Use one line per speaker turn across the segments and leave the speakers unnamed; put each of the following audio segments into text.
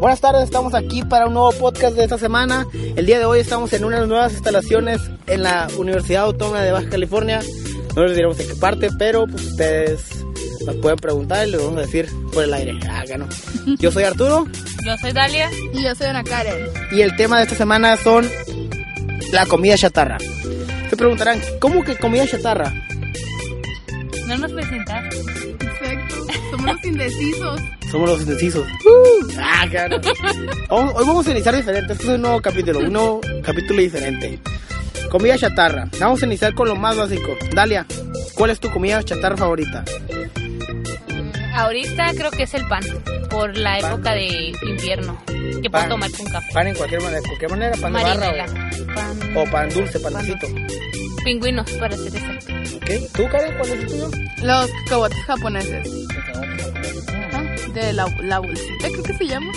Buenas tardes, estamos aquí para un nuevo podcast de esta semana. El día de hoy estamos en unas nuevas instalaciones en la Universidad Autónoma de Baja California. No les diremos en qué parte, pero pues ustedes nos pueden preguntar y les vamos a decir por el aire. Ah, acá no. Yo soy Arturo
Yo soy Dalia.
Y yo soy una Karen.
y el tema de esta semana son la comida chatarra. Se preguntarán, ¿cómo que comida chatarra?
No nos presentaste.
Exacto. Somos los indecisos.
Somos los indecisos. Ah, claro. Hoy hoy vamos a iniciar diferente. Este es un nuevo capítulo, un nuevo capítulo diferente. Comida chatarra. Vamos a iniciar con lo más básico. Dalia, ¿cuál es tu comida chatarra favorita?
Ahorita creo que es el pan, por la
Pan.
época de invierno, que
Pan.
puedo tomar con café.
Pan en cualquier manera, de cualquier manera, pan de
Marinela.
barra
Pan.
o, o pan dulce, pancito.
Pingüinos, para ser exacto.
¿Ok? ¿Tú, Karen, cuál es el tuyo?
Los cacahuates japoneses. Ajá, De la, la bolsita, creo que se llama.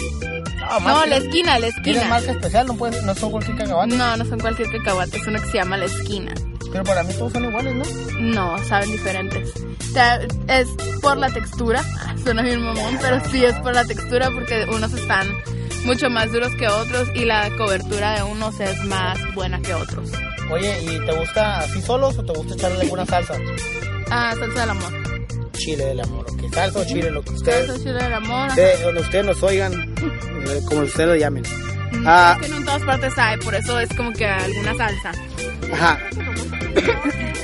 Ah,
No, la esquina, la
Tiene
esquina.
marca especial, no, puedes, no son cualquier cacahuate.
No, no son cualquier cacahuate, es uno que se llama la esquina.
Pero para mí todos son iguales, ¿no?
No, saben diferentes. Ta- Es por la textura. Ah, Suena bien mamón, pero sí es por la textura porque unos están mucho más duros que otros y la cobertura de unos es más buena que otros.
Oye, ¿y te gusta así solos o te gusta echarle alguna salsa?
Ah, salsa del amor.
Chile del amor, ¿ok? Salsa o chile, lo que ustedes.
Salsa chile del amor. ajá.
de Eh, donde ustedes nos oigan, eh, como ustedes lo llamen.
Mm,
Ah.
Es que no en todas partes hay, por eso es como que alguna salsa.
Ajá.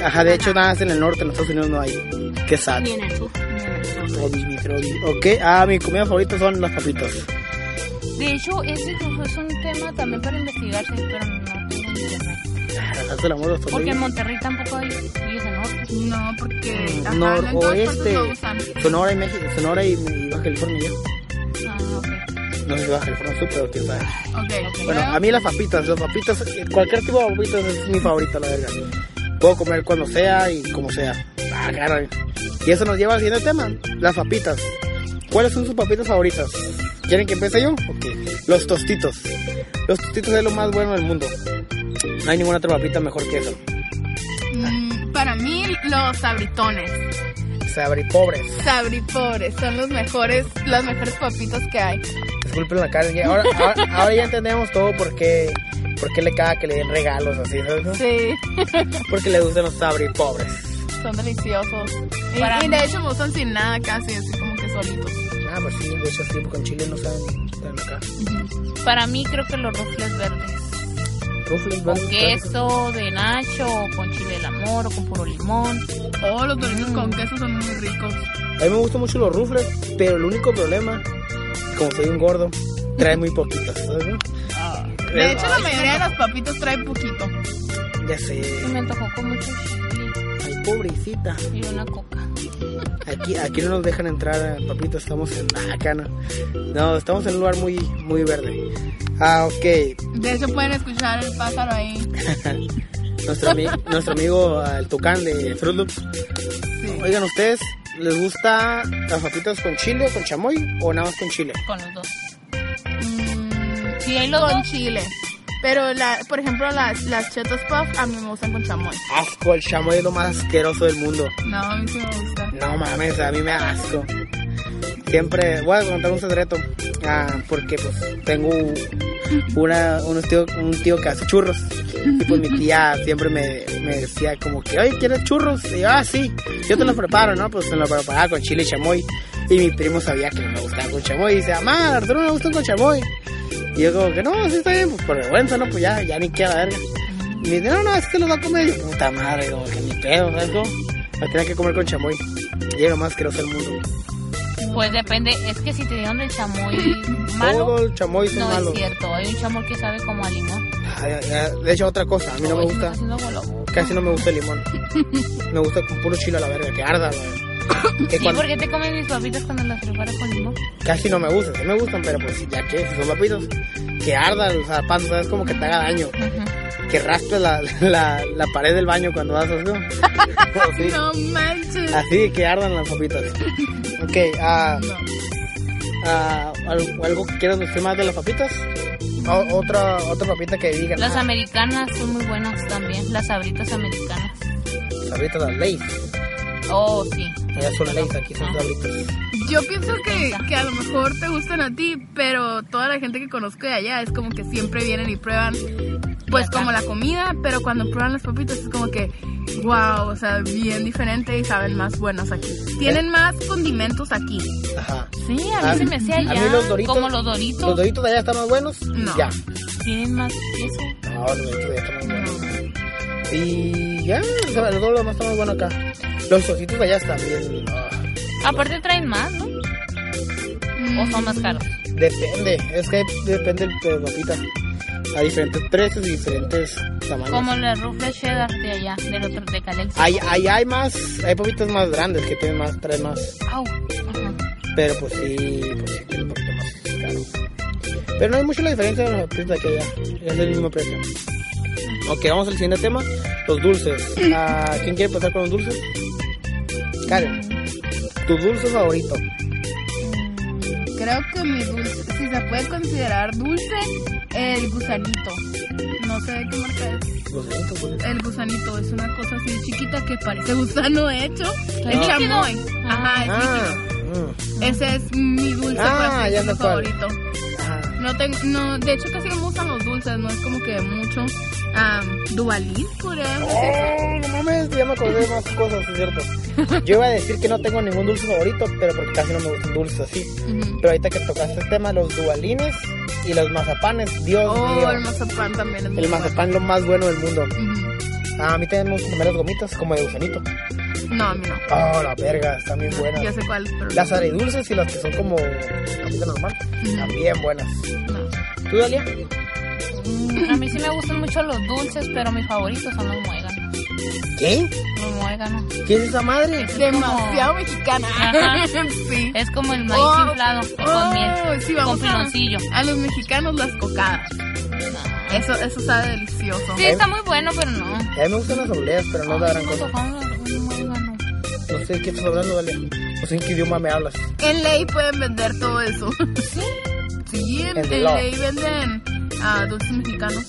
Ajá, de hecho, nada más en el norte, en Estados Unidos no hay. Qué sad.
Ni en el sur, ni en el sur.
Trobi, mi trobi. Ok, ah, mi comida favorita son las papitas. Ah,
De hecho, ese es un tema también para investigarse, pero no tengo ni idea.
Ah, La salsa del amor, los
Porque en
tortillas.
Monterrey tampoco hay ellos en norte.
No, porque ajá, no en todas partes
Noroeste,
lo usan.
Mm, Sonora y México, Sonora y, y Baja California. ya.
Ah, ok.
No sé si Baja California Sur, pero quién sabe.
Ok,
Bueno, a mí las papitas, las papitas, eh, cualquier tipo de papitas es mi favorita, la verga. Puedo comer cuando sea y como sea. Ah, caray. Y eso nos lleva al siguiente tema, las papitas. ¿Cuáles son sus papitas favoritas? ¿Quieren que empiece yo? Ok. Los tostitos. Los tostitos es lo más bueno del mundo. No hay ninguna otra papita mejor que eso.
Mm, para mí los sabritones,
Se abre pobres.
sabripores, son los mejores, las mejores papitas que hay.
Disculpen la cara. ya- Ahora, ahora, ahora ya entendemos todo por qué, por qué le caga que le den regalos así. ¿sabes?
Sí,
Porque le gustan los sabri pobres.
son deliciosos. Y,
Para
y
mí-
de hecho me gustan sin nada casi, así como que solitos.
Ah, pues sí, de hecho sí, porque en Chile no saben tan acá.
Para mí creo que los rufles verdes.
Rufles,
Con queso, de nacho, o con chile del amor, o con puro limón.
Oh, los doritos con queso son muy ricos.
A mí me gustan mucho los rufles, pero el único problema, como soy un gordo, trae muy poquitos. ¿sabes, Eh, no?
De hecho la mayoría de las papitas trae poquito.
Ya sé.
Y me antojó con mucho chile
Ay, pobrecita.
y una coca.
Aquí, aquí no nos dejan entrar, eh, papito. Estamos en la cana. No, estamos en un lugar muy, muy verde. Ah, ok.
De hecho pueden escuchar el pájaro ahí.
Nuestro, ami- nuestro amigo, ah, el Tucán de Fruit Loops.
Sí.
Oigan, ¿ustedes les gusta las papitas con chile o con chamoy o nada más con chile?
Con los dos.
Mm,
Sí, hay los
con
dos.
chile. Pero, la, por ejemplo, las, las chetos puff a mí me gustan con chamoy.
Asco, el chamoy es lo más asqueroso del mundo.
No, a mí sí me gusta.
No mames, a mí me da asco. Siempre voy a contar un secreto. Ah, porque pues tengo una, unos tío- un tío que hace churros. Y pues mi tía siempre me, me decía como que, oye, ¿quieres churros? Y yo, ah, sí, yo te los preparo, ¿no? Pues se los preparaba con chile y chamoy. Y mi primo sabía que no me gustaba con chamoy. Y dice, mamá, Arturo no me gusta con chamoy. Y yo como que, no, sí está bien, pues por vergüenza, ¿no? Pues ya, ya ni queda, verga. Y me dice, no, no, es que los va a comer. Y yo, puta madre, como que ni pedo, ¿sabes cómo? Me tenía que comer con chamoy. Y era lo más asqueroso del mundo.
Pues depende, es que si te dieron el chamoy malo,
Todo el chamoy es
no
malo.
es cierto. Hay un chamoy que sabe como a limón.
Ah, ya, ya. De hecho, otra cosa, a mí no me
Ay,
gusta,
está haciendo agua la boca.
casi no me gusta el limón. Me gusta con puro chile a la verga, que arda, güey. Que
Sí,
cuando-
¿por qué te comes mis papitas cuando las preparas con limón?
casi no me gustan, sí me gustan, pero pues ya que, si son papitos, que ardan los zapatos, ¿sabes? Como que te haga daño, que raspes la, la, la pared del baño cuando vas a así,
No manches.
así que ardan las papitas. Ok, ah,
No.
ah, ¿al- ¿algo que quieras decir más de las papitas? O- otra, otra papita que digan.
Las
ah,
americanas son muy buenas también, las abritas americanas.
Sabritas las leyes.
Oh, sí,
Allá son leyes, aquí son
Ah.
tablitas.
Yo pienso que, que a lo mejor te gustan a ti, pero toda la gente que conozco de allá es como que siempre vienen y prueban, pues como la comida, pero cuando prueban las papitas es como que, wow, o sea, bien diferente y saben más buenos aquí. Tienen más condimentos aquí.
Ajá.
Sí, a mí
Ah,
se me hacía
a
ya.
mí los Doritos-
como los doritos.
¿Los doritos de allá están más buenos?
No.
Ya.
Tienen más queso.
No, los doritos de allá están más buenos. Y ya, o sea, todo lo demás está más bueno acá. Los ositos de allá están bien. ah,
Aparte traen más, ¿no?
Mm,
O son más caros.
Depende, es que depende de la papita. Hay diferentes precios y diferentes tamaños.
Como los rufles cheddar de allá, del otro de Calencia.
Hay, hay, hay más, hay papitas más grandes que tienen más, traen más.
Au. Ajá.
Pero pues sí, pues sí, tienen un poquito más caro. Pero no hay mucha la diferencia de las papitas de aquella. Es el mismo precio. Ok, vamos al siguiente tema: los dulces. Ah, ¿Quién quiere pasar con los dulces? Karen, tu dulce favorito.
Creo que mi dulce, si se puede considerar dulce, el gusanito. No sé de qué marca es.
Gusanito, pues.
El gusanito es una cosa así chiquita que parece gusano, de hecho.
¿Es
Es
líquido?
chamoy. Ajá, es
Ah,
líquido.
mm,
Ese es mi dulce
Ah,
pues,
ya
mi
sé cuál.
favorito.
ah.
No tengo, no, de hecho casi no me gustan los dulces, no es como que mucho. Um, Duvalín, podríamos decir.
¡Oh, no mames! Ya me acordé de más cosas, es cierto. Yo iba a decir que no tengo ningún dulce favorito, pero porque casi no me gustan dulces así.
Ujú.
Pero ahorita que tocaste el tema, los dualines y los mazapanes, Dios mío.
Oh, el mazapán también es muy
El mazapán es lo más bueno del mundo. Ah,
bueno.
A mí también me gustan comer las gomitas, como de gusanito.
Ujú. No, a mí no.
Oh, la verga, están bien
Yo
buenas.
sé cuál, pero
Las agridulces y las que son como papita normal, también buenas.
no.
¿Tú, Dalia?
Mm, A mí sí me gustan mucho los dulces, pero mis favoritos son los muéganos.
¿Qué?
Los muéganos.
¿Qué es esa madre?
Demasiado mexicana.
Ajá.
sí.
Es como el maíz
Oh,
inflado con
oh,
miel,
sí,
con
vamos a-
piloncillo.
A los mexicanos las cocadas. Eso, eso sabe delicioso.
Sí, está muy bueno, pero no.
A mí me gustan las obleas, pero no
Ay,
da gran
me
cosa.
antojó un- un muégano.
No sé de qué estás hablando, Dalia. No sé en qué idioma me hablas.
En ley pueden vender todo eso. Sí, en,
En
en
la-
ley venden ah, dulces mexicanos.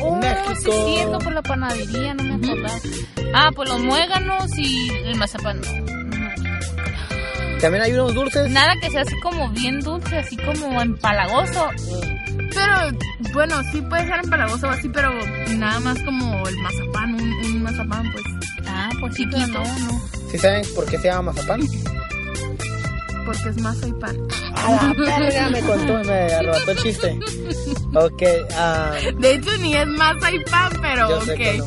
Oh, sí,
México.
es cierto, por la panadería, no me acordaba. Ah, pues los muéganos y el mazapán. No, no.
También hay unos dulces.
Nada que sea así como bien dulce, así como empalagoso.
Pero bueno, sí puede ser empalagoso o así, pero nada más como el mazapán, un, un mazapán, pues.
Ah, pues sí, pero no, no.
¿Sí saben por qué se llama mazapán?
Porque es masa y pan.
A la verga, me contó, me arrebató el chiste. Ok, ah,
De hecho, ni es masa y pan, pero
yo
ok.
sé que no.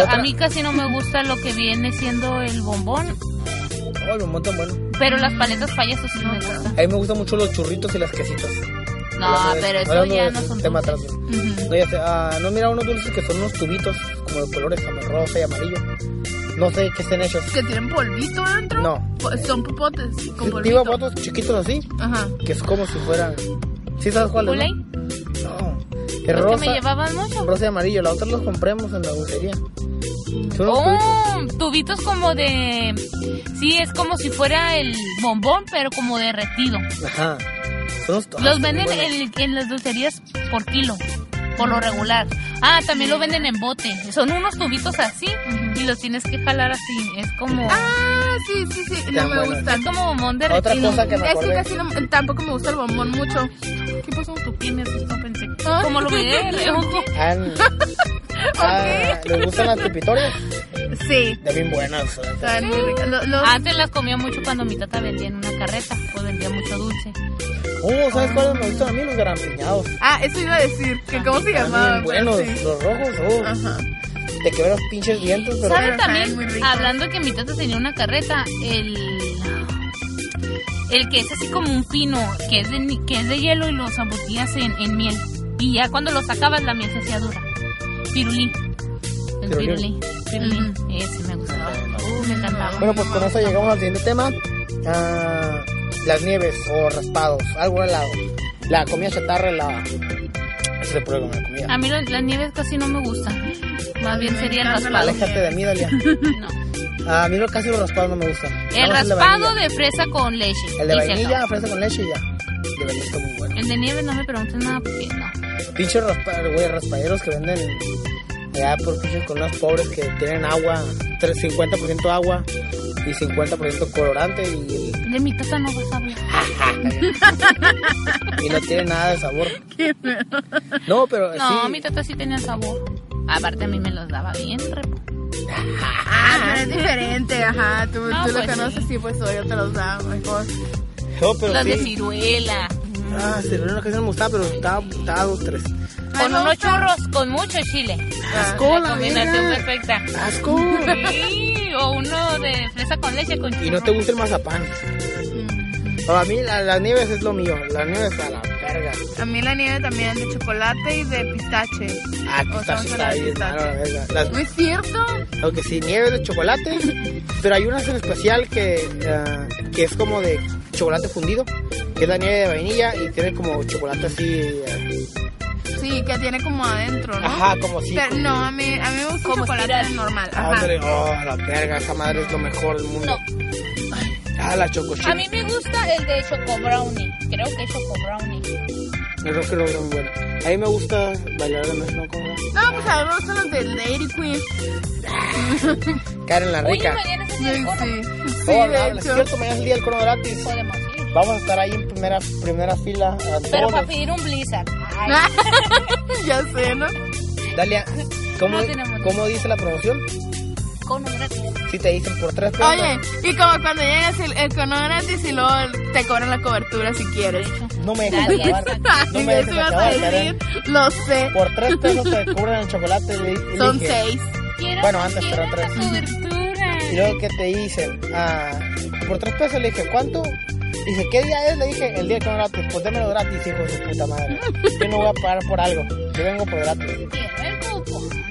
A
Otra-
mí casi no me gusta lo que viene siendo el bombón,
Oh, el bombón tan bueno.
pero las paletas payasos sí me gustan.
A mí me gustan mucho los churritos y las quesitas.
No, pero eso
Hablando
ya
de
no son
tema
dulces.
atrás.
Ujú.
No, ya sé, ah, no mira unos dulces que son unos tubitos como de colores como rosa y amarillo. No sé qué estén hechos.
Que tienen polvito dentro.
No.
Po- Son popotes con
Sí, Digo,
polvito.
fotos chiquitos así,
Ajá.
que es como si fueran. ¿Sí sabes cuál
¿Kool-Aid?
es? No. Es
Los que me
rosa,
llevaban mucho.
rosa y amarillo. La otra los compramos en la dulcería. Son unos tubitos.
Oh, tubitos como de... Sí, es como si fuera el bombón, pero como derretido.
Ajá. Son los,
Los venden
Ah, bueno.
en, en las dulcerías por kilo, por lo regular. Ah, también lo venden en bote. Son unos tubitos así
Ujú.
y los tienes que jalar así. Es como...
Ah, sí, sí, sí. No
Están
me
buenas.
gustan.
es como bombón
Otra
derretido.
cosa que me
Casi,
acordé.
casi no- tampoco me gusta el bombón mucho.
¿Qué pasó con tu pie? Me asustó, pensé.
Ah.
Como lo miré, de reojo.
Han- Ah, ¿Les gustan las pepitorias?
Sí.
De bien buenas. la neta.
Saben muy ricas. Lo- lo-
Antes Ah, las comía mucho cuando mi tata vendía en una carreta, pues vendía mucho dulce.
Oh, ¿sabes cuáles me gustan a mí? Los grampiñados.
Ah, eso iba a decir. Que ¿Cómo se llamaba?
Están bien buenos.
Ah, Sí.
Los rojos, oh,
Ajá.
te quebran los pinches dientes, pero...
¿Saben
saben muy
también?
rico.
Hablando que mi tata tenía una carreta, el. El que es así como un pino, que es de, ni- que es de hielo y lo zambutías en, en miel. Y ya cuando lo sacabas, la miel se hacía dura. Pirulí. El
Pirulí.
pirulí. Pirulí.
Ujú.
Ese me gustaba.
Ah,
Uh, me encantaba.
Bueno, pues con eso llegamos al siguiente tema. Ah, las nieves o raspados, algo helado. La comida chatarra helada. Ese es el problema de la
A
comida.
mí las, las nieves casi no me gustan. Más bien
Me
sería el
encantan
raspado.
Aléjate de mí, Dalia. Ah,
No.
A mí los- casi los raspados no me gustan.
El
Nada más
raspado
de
de fresa con leche.
El de
Y se
vainilla,
acabó.
fresa con leche y ya. El de vainilla está muy bueno.
El de nieve no me preguntes nada porque no.
Pinches raspa- güey, raspaderos que venden allá por pinches con unos pobres que tienen agua, tres- 50% agua y 50% colorante y,
De mi tata no vas a hablar.
y no tiene nada de sabor. No, pero
No,
sí.
mi tata sí tenía sabor. Aparte a mí me los daba bien, repo.
Ah, pero es diferente, ajá. Tú,
Ah,
tú lo
pues
conoces, sí, pues hoy yo te los da mejor.
No, pero
Los de
sí.
ciruela.
Ah, sí, no que se me gustaba, pero estaba, estaba dos, tres.
Con
me
unos
gusta.
churros con mucho chile.
Asco, la
Combinación
verga.
perfecta.
Asco.
Sí, o uno de fresa con leche con churros.
Y no te gusta el mazapán.
Mm.
Para mí la- las nieves es lo mío. Las nieves a la verga.
A mí la nieve también de chocolate y de pistache.
Ah,
O
pistache
sea,
está
las
ahí,
pistachas.
claro, la verga. Las-
¿No es cierto?
aunque sí, nieve de chocolate, pero hay unas en especial que, ah, que es como de chocolate fundido, que es la nieve de vainilla y tiene como chocolate así, eh,
Sí, que tiene como adentro, ¿no?
ajá, como así.
Pero no, a mí, a mí me gusta el
Como
chocolate
estirar.
normal.
Ah,
Ajá.
hombre, oh, la verga, esa madre es lo mejor del mundo. Ah, la choco chip.
A mí me gusta el de choco brownie. Creo que es choco brownie.
Creo que lo veo muy bueno. A mí me gusta bailar de noche, ¿no? ¿Cómo no?
No, pues a mí me gustan los del Dairy Queen.
Karen la
Oye,
rica.
mañana es el día
Sí,
del cono.
sí. Sí,
Oh,
de
es
hecho.
cierto, mañana es el día del cono gratis.
Podemos ir.
Vamos a estar ahí en primera, primera fila. a
Pero
todos.
para pedir un blizzard. Ay,
Ah. ya sé, ¿no?
Dalia, ¿cómo,
No tenemos.
¿cómo dice la promoción?
cono gratis.
Si te dicen por tres pesos.
Oye, y como cuando llegas el, el cono gratis y luego te cobran la cobertura si quieres.
No me dejes
Dalia,
acabar. No me
Eso
dejes
ibas a
acabar,
decir,
Karen.
lo sé.
Por tres pesos te cobran el chocolate. le- le
Son
dije.
seis.
Quiero,
Bueno, antes,
quiero
pero
la
tres.
cobertura.
Y luego que te dicen, ah, por tres pesos le dije, ¿cuánto? Dice, ¿qué día es? Le dije, el día que no gratis. Pues démelo gratis, hijo de su puta madre. Yo no voy a pagar por algo. Yo vengo por gratis.
Quiero el cupón.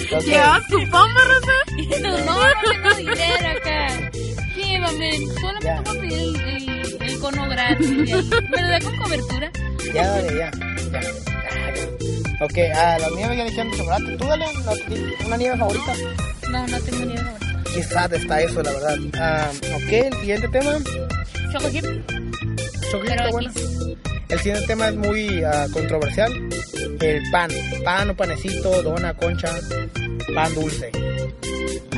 Entonces,
¿Llevas cupón, Rosa?
No, no tengo dinero acá. Llévame, solamente
Ya.
puedo pedir el, el- el cono gratis. ¿Me lo da con cobertura?
Ya, dale, ya. ya. Ah, ya. Ok, ah, la nieve ya le dijeron de chocolate. Tú dale la- una nieve favorita.
No, no tengo dinero.
Qué sad está eso, la verdad. Ah, ok, el siguiente tema.
Choco chip,
Chocolate
pero
está
aquí.
bueno. El siguiente tema es muy ah, controversial. El pan. Pan o panecito, dona, concha, pan dulce.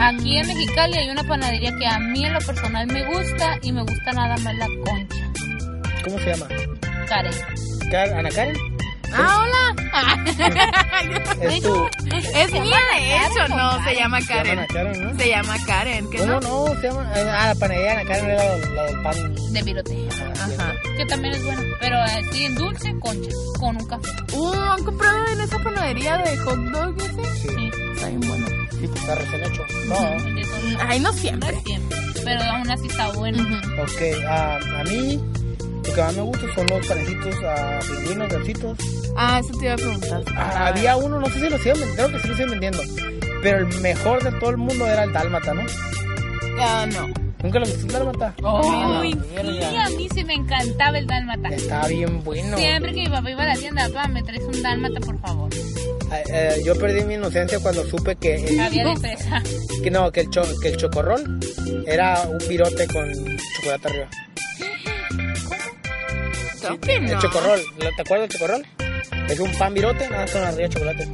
Aquí en Mexicali hay una panadería que a mí en lo personal me gusta y me gusta nada más la concha.
¿Cómo se llama?
Karen.
Ka- ¿Ana Karen?
Ah, hola.
Es tu.
es mía, de hecho. No, se llama
se llama Ana
Karen.
Karen, ¿no?
Se llama Karen, ¿qué
No,
no?
no, se llama. Ah, la panadería Ana Karen era la, la del pan.
de virote.
Ah, sí.
Ajá.
Que también es bueno. Pero así en dulce, concha. Con un café.
Uh, han comprado en esa panadería de hot dog, ¿sí?
Sí, pues,
Sí.
Está bien bueno.
está recién hecho. No.
De todo.
Ay,
No
no Ah, siempre.
es tiempo. Pero aún así está bueno.
Ujú.
Ok, ah, a mí lo que más me gusta son los panecitos a pingüinos, gansitos.
Ah, eso te iba a preguntar.
Ah, había uno, no sé si lo siguen vendiendo, creo que sí lo siguen vendiendo. Pero el mejor de todo el mundo era el dálmata, ¿no?
Ah, no.
¿Nunca lo viste el dálmata?
Oh,
Ah,
Uy, sí, a mí sí me encantaba el dálmata.
Estaba bien bueno.
Siempre que mi papá iba a la tienda, papá, me traes un dálmata, por favor.
Ah, eh, yo perdí mi inocencia cuando supe que el,
Había de fresa.
que, no, que el, cho- que el chocorrol era un virote con chocolate arriba.
Creo que
El
no.
chocorrol, ¿lo- ¿te acuerdas del chocorrol? Es un pan virote, nada más con arriba chocolate.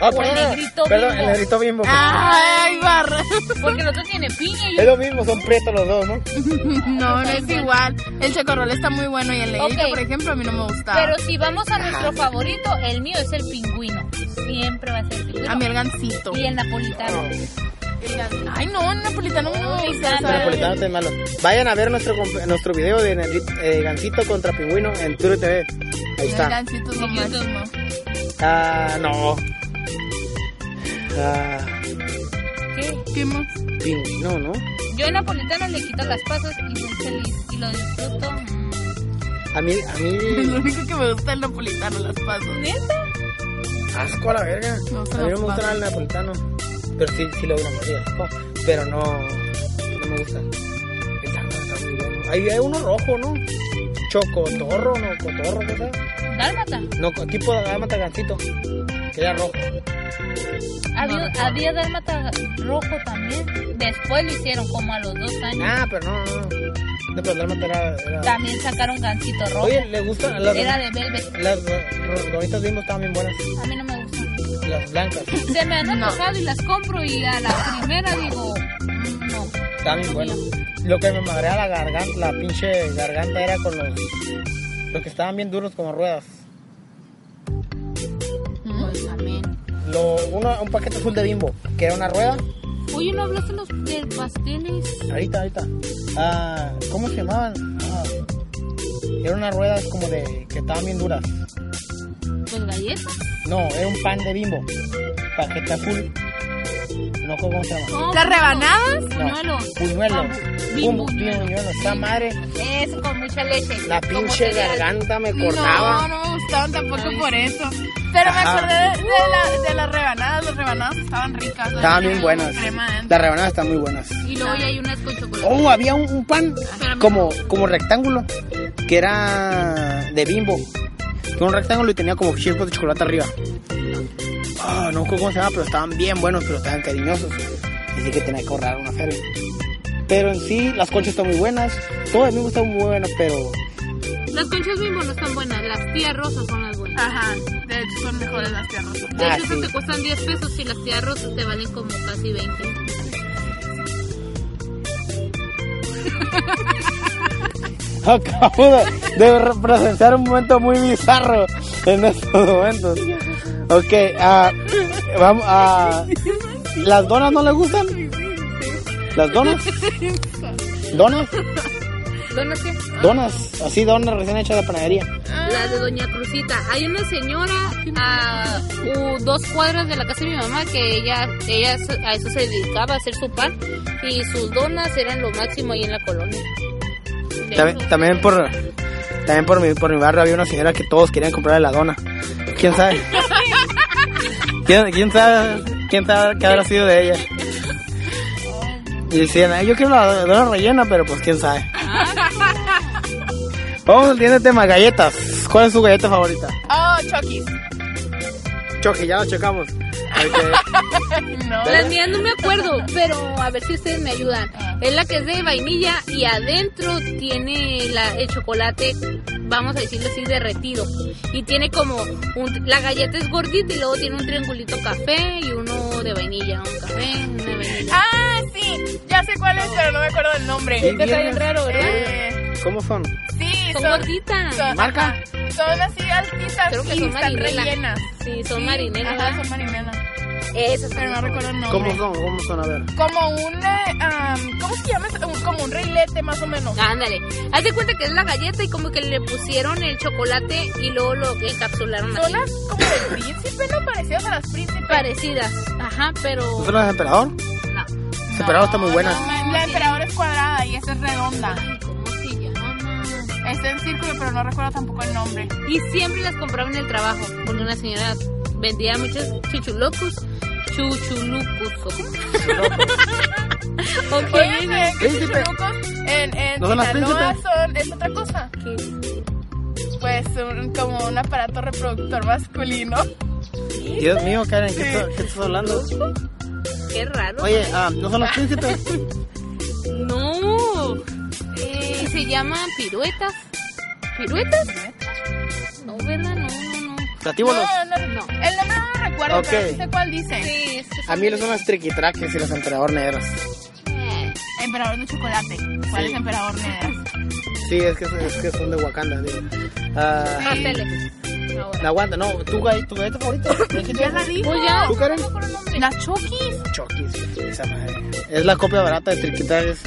Ah,
O el
perdón,
negrito
perdón,
bimbo. Ah.
el negrito bimbo.
Ay, barra.
Porque el otro tiene piña y
Es lo mismo, son prietos los dos, ¿no?
No, no es igual. El chocorrol está muy bueno y el negrito,
Ok.
por ejemplo, a mí no me gustaba.
Pero si vamos a nuestro favorito, el mío es el pingüino. Siempre va a ser el pingüino.
a mí el gancito.
Y el napolitano.
El gan- Ay, no, el napolitano no me gusta.
El
El napolitano está malo. Vayan a ver nuestro, comp- nuestro video de Neri- eh, Gancito contra Pingüino en Twitter TV. Ahí
El
está.
gancito es lo
Sí, YouTube.
máximo.
Ah, no. Ah,
¿Qué?
¿Qué más?
Pingüino, ¿no?
Yo el napolitano le quito las pasas y soy feliz. Y lo disfruto.
A mí, a
Lo
mí,
único que me gusta es el napolitano, las pasas.
¿Neta?
asco a la verga.
No,
a mí no me
no
gusta
pasa.
nada el napolitano. Pero sí, sí lo doy una mordida. Oh, Pero no, no me gusta. El taco está muy bueno. Ahí hay uno rojo, ¿no? Chocotorro, ¿no? Cotorro, ¿qué tal?
Dálmata.
No, co- tipo de gancito. que era rojo.
Había,
no, no.
había dálmata rojo también. Después lo hicieron como a los dos años.
Ah, pero no, no, no. No, pero el dálmata era- era...
También sacaron gancito rojo.
Oye, ¿le gustan las,
Era de velvet.
las ro- gorritas bimbo? Estaban bien buenas,
A mí no me gustó.
las blancas.
Se me han
No.
antojado y las compro y a la primera digo, mm, no.
Estaban bien buenas. Lo que me madrea la garganta, la pinche garganta era con los... Los que estaban bien duros como ruedas. Mm.
Pues también.
Lo, una- un paquete azul de bimbo, que era una rueda.
Oye, ¿no hablaste de los de pasteles?
Ahorita, ahorita. Ah, ¿Cómo se llamaban? Ah, era unas ruedas como de... que estaban bien duras.
Pues galletas.
No, era un pan de bimbo. Paquete azul. No sé cómo se llama.
No,
¿Las rebanadas?
No,
Buñuelos.
Puñuelos.
Ah,
Bambu-
Bimbo,
bimbo,
bimbo,
buñuelos.
Esta madre,
pues, Eso, con mucha leche.
la
como
pinche
cereal.
garganta me
No,
cortaba.
no me gustaban tampoco por eso. Pero me
Ajá.
acordé de, de la- de las rebanadas. Las rebanadas estaban ricas. las
Estaban bien
tenían
buenas.
crema
Las
adentro.
rebanadas están muy buenas.
Y luego ya hay unas con chocolate.
Oh, había un, un
Ah,
pan
Espérame.
como, como rectángulo que era de bimbo. Que era un rectángulo y tenía como chispas de chocolate arriba. Ah, no sé cómo se llama, pero estaban bien buenos, pero estaban cariñosos. Así que tenía que ahorrar una feria. Pero en sí, las conchas están muy buenas. Todo el mismo está muy bueno, pero Oh.
Las conchas mismo no están buenas. Las tías rosas son las buenas.
Ajá. De hecho, son mejores las tierras.
De
Ah,
hecho, esas
sí.
te cuestan 10 pesos y las tías rosas te valen como casi 20.
Acabo de, de presenciar un momento muy bizarro en estos momentos. Ok, ah, vamos a. ¿Las donas no le gustan? ¿Las donas? ¿Donas?
¿Donas qué?
Donas, así donas recién hechas de panadería.
Las de Doña Crucita. Hay una señora a u- dos cuadras de la casa de mi mamá que ella, ella se- a eso se dedicaba, a hacer su pan. Y sus donas eran lo máximo ahí en la colonia. De
También,
hecho,
también por también por mi, por mi barrio había una señora que todos querían comprarle la dona. ¿Quién sabe? ¿Quién, quién sabe quién sabe qué habrá sido de ella? Y decían, "Ay, yo quiero la dona rellena, pero pues quién sabe. Vamos al siguiente tema, galletas. ¿Cuál es su galleta favorita?
Oh, Chucky.
Choque, ya la chocamos.
No.
Las mías no me acuerdo, pero a ver si ustedes me ayudan. Es la que es de vainilla y adentro tiene la- el chocolate, vamos a decirlo así, derretido. Y tiene como, un- la galleta es gordita y luego tiene un triangulito café y uno de vainilla, un café, una de vainilla.
Ah, sí. Ya sé cuál es, pero no me acuerdo el nombre.
Sí, está bien raro,
Eh,
¿Cómo son?
sí,
Son
son-
gorditas.
son-
¿Marca?
ajá, Son así altitas
Creo que
y
son
están
marinela.
rellenas.
Sí, son
Sí,
marineras.
Ajá,
¿verdad?
son marinelas.
Esas son
Pero no
las
recuerdo el nombre.
¿Cómo son? ¿Cómo son? A ver.
Como un, eh, am, ¿cómo se llama? eso? Un- Como un reilete más o menos.
Ándale, haz de cuenta que es la galleta y como que le pusieron el chocolate y luego lo encapsularon
Son
así.
las como del príncipe, ¿no? Parecidas a las príncipes.
Parecidas, ajá, pero
¿Son las de emperador?
no.
Las de emperador están muy buenas.
No, la emperador es cuadrada y esta es redonda.
Ay, ¿Cómo se llama?
Está en círculo, pero no recuerdo tampoco el nombre.
Y siempre las compraba en el trabajo, porque una señora vendía muchos chuchulocos, chuchulucos. ¿o cómo? ok,
Oye, ¿sabían que
Príncipe.
chuchulucos en, en
¿No son las
Sinaloa
príncipes?
son, es otra cosa? Pues un- como un aparato reproductor masculino.
Dios mío, Karen, ¿qué, estás- qué estás hablando?
qué, qué raro.
Oye, ah, ¿no son los príncipes?
No, eh, se llaman piruetas. ¿Piruetas? No, ¿verdad? No, no, no.
Platíbolos.
No, no, no. El nombre no lo recuerdo,
Ok.
pero sí sé cuál dice.
Sí, es que
A mí los Ah, son las triquitraques y los emperador negros.
Eh,
Emperador de chocolate. ¿Cuál
Sí.
es emperador negro?
Sí, es que, es que son de Wakanda, digo. Ah,
pasteles. Ahora.
no aguanta, no, tu, gall- tu galleta favorita.
Ya la dijo.
Pues ya.
¿Tú, Karen?
Las Chokis.
Chokis, esa madre. Es la copia barata de triquitraques.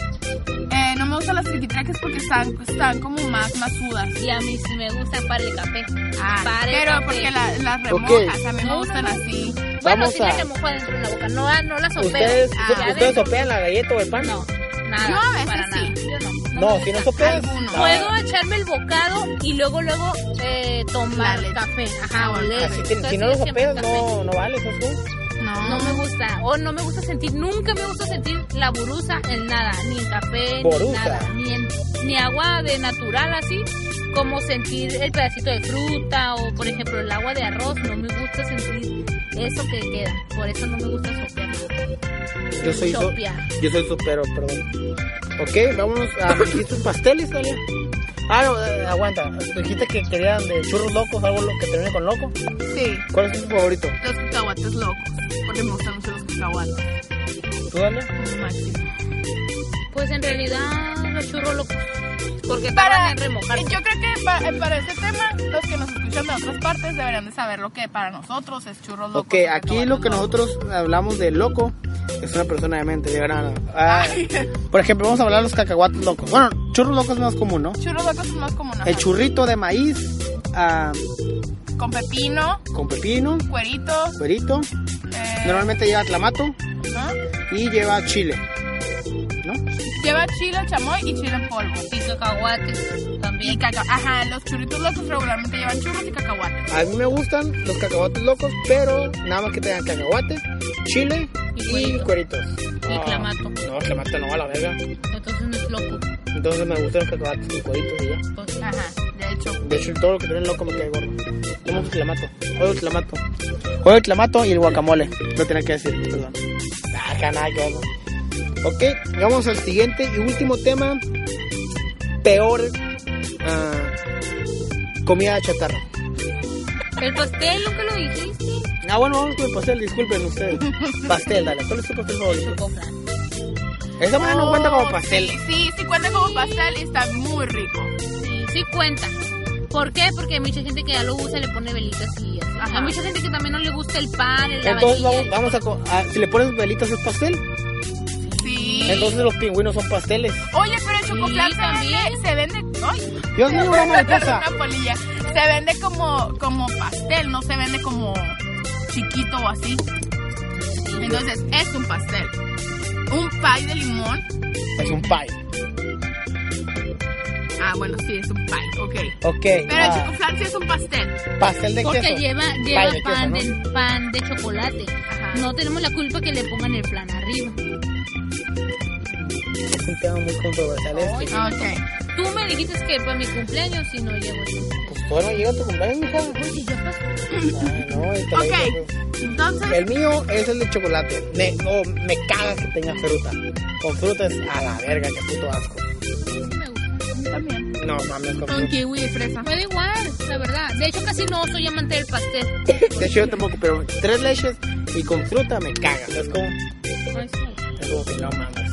Eh, no me gustan las triquitraques porque están, están como más masudas.
Y a mí sí me gusta para el café.
Ah,
Para el
pero
café.
porque la- las
Ok.
remojas también me
No,
gustan
no, no.
así.
Bueno,
Vamos
si
a-
le mojo adentro de la boca. No, ah, no la sopeo.
¿Ustedes,
Ah,
ustedes-
ya
ustedes
ven.
sopean la galleta o el pan?
No, nada.
Yo a veces
para nada.
sí.
Yo no.
No,
me
si no Ah,
gusta.
sopeas.
Alguno.
no.
Puedo echarme el bocado y luego, luego eh, tomar
La leche.
café. Ajá, o leche.
Ah, Así que, si
Entonces,
no
yo
lo
siempre
sopeas,
café.
no, no vale, ¿sabes cómo?
No me gusta, o no me gusta sentir, nunca me gusta sentir la burusa en nada, ni en café, ni
Borusa.
en nada, ni, en- ni agua de natural así, como sentir el pedacito de fruta o por ejemplo el agua de arroz, no me gusta sentir Eso que queda. Por eso no me gusta sopear.
Yo soy so-
Sopear.
yo soy sopero, perdón. Ok, vámonos a dijiste pasteles, Dalia. Ah, no, eh, aguanta. Dijiste que querían de churros locos, algo lo que termine con loco.
Sí,
¿Cuál es tu favorito?
los cacahuates locos. Porque me gustan mucho los cacahuates.
¿Tú, Dalia?
lo máximo.
Pues en realidad los churros locos. Porque
Para,
tardan en remojar.
yo creo que pa- para, este tema, los que nos escuchan de otras partes deberían de saber lo que para nosotros es churros locos.
Ok, aquí lo que nosotros hablamos de loco es una persona de mente, de grano. Ah,
Ay,
por ejemplo, vamos a hablar de los cacahuates locos. Bueno, churros locos es más común, ¿no?
churros locos es más común. ajá.
El churrito de maíz ah,
Con pepino,
con pepino,
cueritos.
cuerito.
eh,
Normalmente lleva clamato
ajá.
y lleva chile. ¿No?
Lleva chile, chamoy y chile en polvo.
Y cacahuates
Y
también.
caca Ajá, los churritos locos regularmente llevan churros y cacahuates.
A mí me gustan los cacahuates locos, pero nada más que tengan cacahuate, chile
Y
y cueritos. Ah,
clamato.
No, clamato no, a la verga.
Entonces no es loco.
Entonces me gustan los cacahuates y cueritos y ya.
Pues,
Ajá, de hecho.
De hecho, todo lo que tienen loco me cae gordo. Como el clamato. Juego el clamato. Juego el clamato y el guacamole. Lo tenía que decir, perdón. Ah, Ajá, nada que hago. Ok, vamos al siguiente y último tema. Peor ah, comida chatarra.
El pastel, nunca lo dijiste.
Ah, bueno, vamos con el pastel, disculpen ustedes. Pastel, dale. ¿Cuál es tu pastel favorito?
Chocoflan.
Esa madre no cuenta como
Oh,
pastel.
Sí, sí, sí cuenta como pastel y está muy rico.
Sí, sí cuenta. ¿Por qué? Porque hay mucha gente que ya lo usa y le pone velitas y así.
Ajá.
Hay mucha gente que también no le gusta el pan, el
Entonces
la
vamos,
vainilla.
vamos a, co- a- Si le pones velitas es pastel.
Sí.
Entonces los pingüinos son pasteles.
Oye, pero el chocoflan
Sí,
se vende,
también.
se vende, ay,
Dios mío, una mariposa.
una polilla. Se vende como, como pastel, no se vende como chiquito o así. Entonces es un pastel. Un pie de limón.
Es un pie.
Ah, bueno, sí, es un pie, ok.
Ok.
Pero el
ah,
chocoflan sí es un pastel.
pastel de
Porque
queso.
lleva, lleva
de queso,
pan,
¿no?
de, pan de chocolate.
Ajá.
No tenemos la culpa que le pongan el plan arriba.
Es un tema muy controversial este.
Ay,
Ok.
Tú me dijiste que para mi cumpleaños si no llevo eso.
Pues bueno, llega tu cumpleaños, mija.
Oye, ya pasó.
Ah, no, y te lo
Ok.
digo,
Ah.
pues.
Entonces,
El mío es el de chocolate. Me, no, me caga que tenga fruta. Con fruta es a la verga, qué puto asco.
Me gusta.
también.
No mames, con
Con
fruta.
kiwi y fresa.
Me da igual, la verdad. De hecho, casi no soy amante del pastel.
De hecho, yo tampoco, pero tres leches y con fruta me caga. Es como,
Ay, sí.
es como que no mames.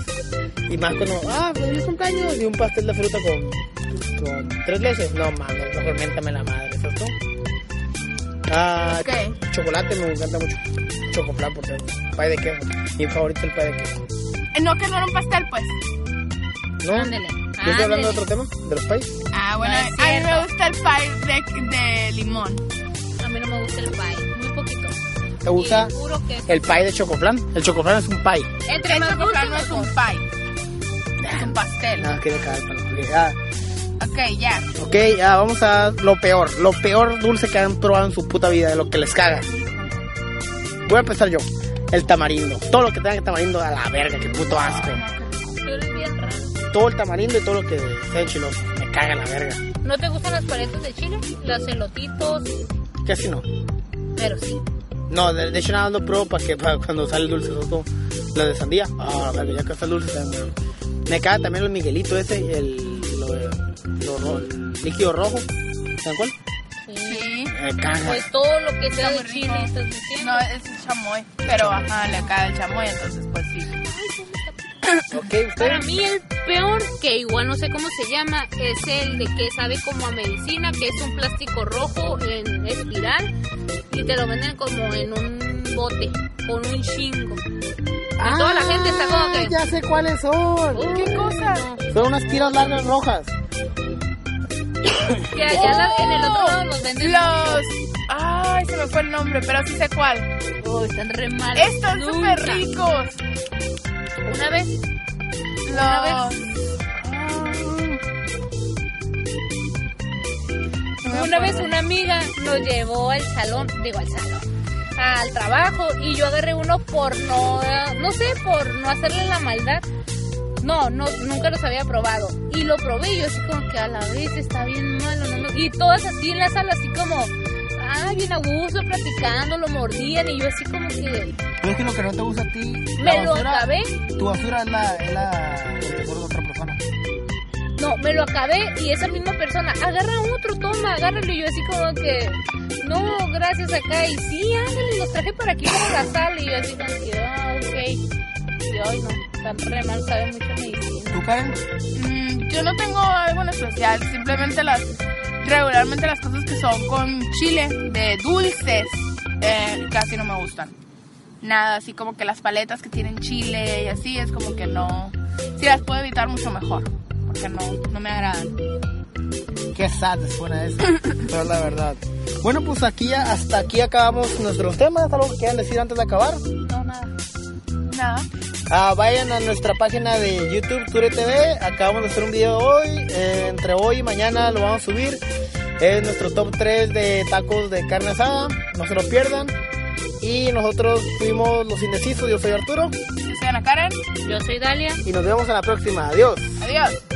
Y más cuando, ah, feliz cumpleaños y un pastel de fruta con, con tres leches. No mames, mejor miéntame la madre, ¿sabes tú? Ah,
Ok.
Chocolate me encanta mucho. Chocoflan, por cierto. Pay de queso. Mi favorito es el pay de queso.
No, que no era un pastel, pues.
¿No?
Ándele,
¿Yo estoy hablando
ándele.
de otro tema? ¿De los pais?
Ah, bueno,
No es
a mí me
cierto.
gusta el pie de, de limón.
A mí no me gusta el pie, muy poquito.
¿Te gusta
Y puro queso.
el pie de chocoflan? El chocoflan es un pie.
Entre
El
más dulce,
chocoflan no es un
mejor.
pie, es un pastel.
Nada, quiere caer para ah,
Ok, ya.
Ok, ya vamos a lo peor. Lo peor dulce que han probado en su puta vida, de lo que les caga. Voy a empezar yo. El tamarindo. Todo lo que tenga tamarindo a la verga, qué puto asco.
Tú eres bien raro.
Todo el tamarindo y todo lo que sea chiloso. Me caga la verga.
¿No te gustan las paletas de chile? Los elotitos,
¿Qué si no?
pero sí.
No, de, de hecho nada más lo pruebo para que para cuando sale el dulce soto, la de sandía. Ah, la verga, ya que está el dulce también. Me caga también el Miguelito ese, el, lo, de- lo ro- el líquido rojo. ¿Saben cuál?
sí.
Sí.
Me caga.
Pues todo lo que sea
Está
de
muy rico.
chile, estás diciendo.
No, eh, es el chamoy. Pero ajá, le cae el chamoy, entonces pues sí.
ok,
Para
ustedes.
mí el peor, que igual no sé cómo se llama, es el de que sabe como a medicina, que es un plástico rojo en espiral y te lo venden como en un bote con un chingo. Y toda la gente está como que...
Ah, Ya sé cuáles son.
"Uy,
¿Qué cosa?
no".
Son unas tiras largas rojas.
Que allá la- en el otro lado los venden...
Los. Ay, se me fue el nombre, pero sí sé cuál.
Uy, están re mal.
Están
Nunca.
súper ricos.
Una vez
Los.
Una vez una amiga nos llevó al salón, digo al salón, al trabajo y yo agarré uno por no, no sé, por no hacerle la maldad. No, no, nunca los había probado. Y lo probé y yo así como que a la vez está bien malo. no me- Y todas así en la sala así como, nada, bien a gusto, platicando, lo mordían y yo así como que
Pero es que lo que no te gusta a ti.
me
la
lo
basura-
acabé.
Tu basura es la, es la el tesoro de otra persona.
No, me lo acabé y esa misma persona, agarra otro, toma, agárralo. Y yo así como que, no, gracias acá. Y sí, ándale, los traje para aquí para gastarle. Y yo así como que, ah, ok. Y hoy no, tan re mal, sabe mucho medicina.
¿Tú, Karen?
Mm, yo no tengo algo en especial, simplemente las regularmente las cosas que son con chile de dulces eh, casi no me gustan. Nada, así como que las paletas que tienen chile y así es como que no. Si las puedo evitar mucho mejor, porque no no me agradan.
Qué sad suena eso, pero es la verdad. Bueno, pues aquí ya- hasta aquí acabamos nuestros temas. ¿Algo que quieran decir antes de acabar?
No, nada.
Nada.
Ah, vayan a nuestra página de YouTube Ture TV. Acabamos de hacer un video hoy. eh, entre hoy y mañana lo vamos a subir. Es nuestro top 3 de tacos de carne asada. No se lo pierdan. Y nosotros fuimos los indecisos. Yo soy Arturo.
Yo soy Ana Karen.
Yo soy Dalia.
Y nos vemos en la próxima. Adiós.
Adiós.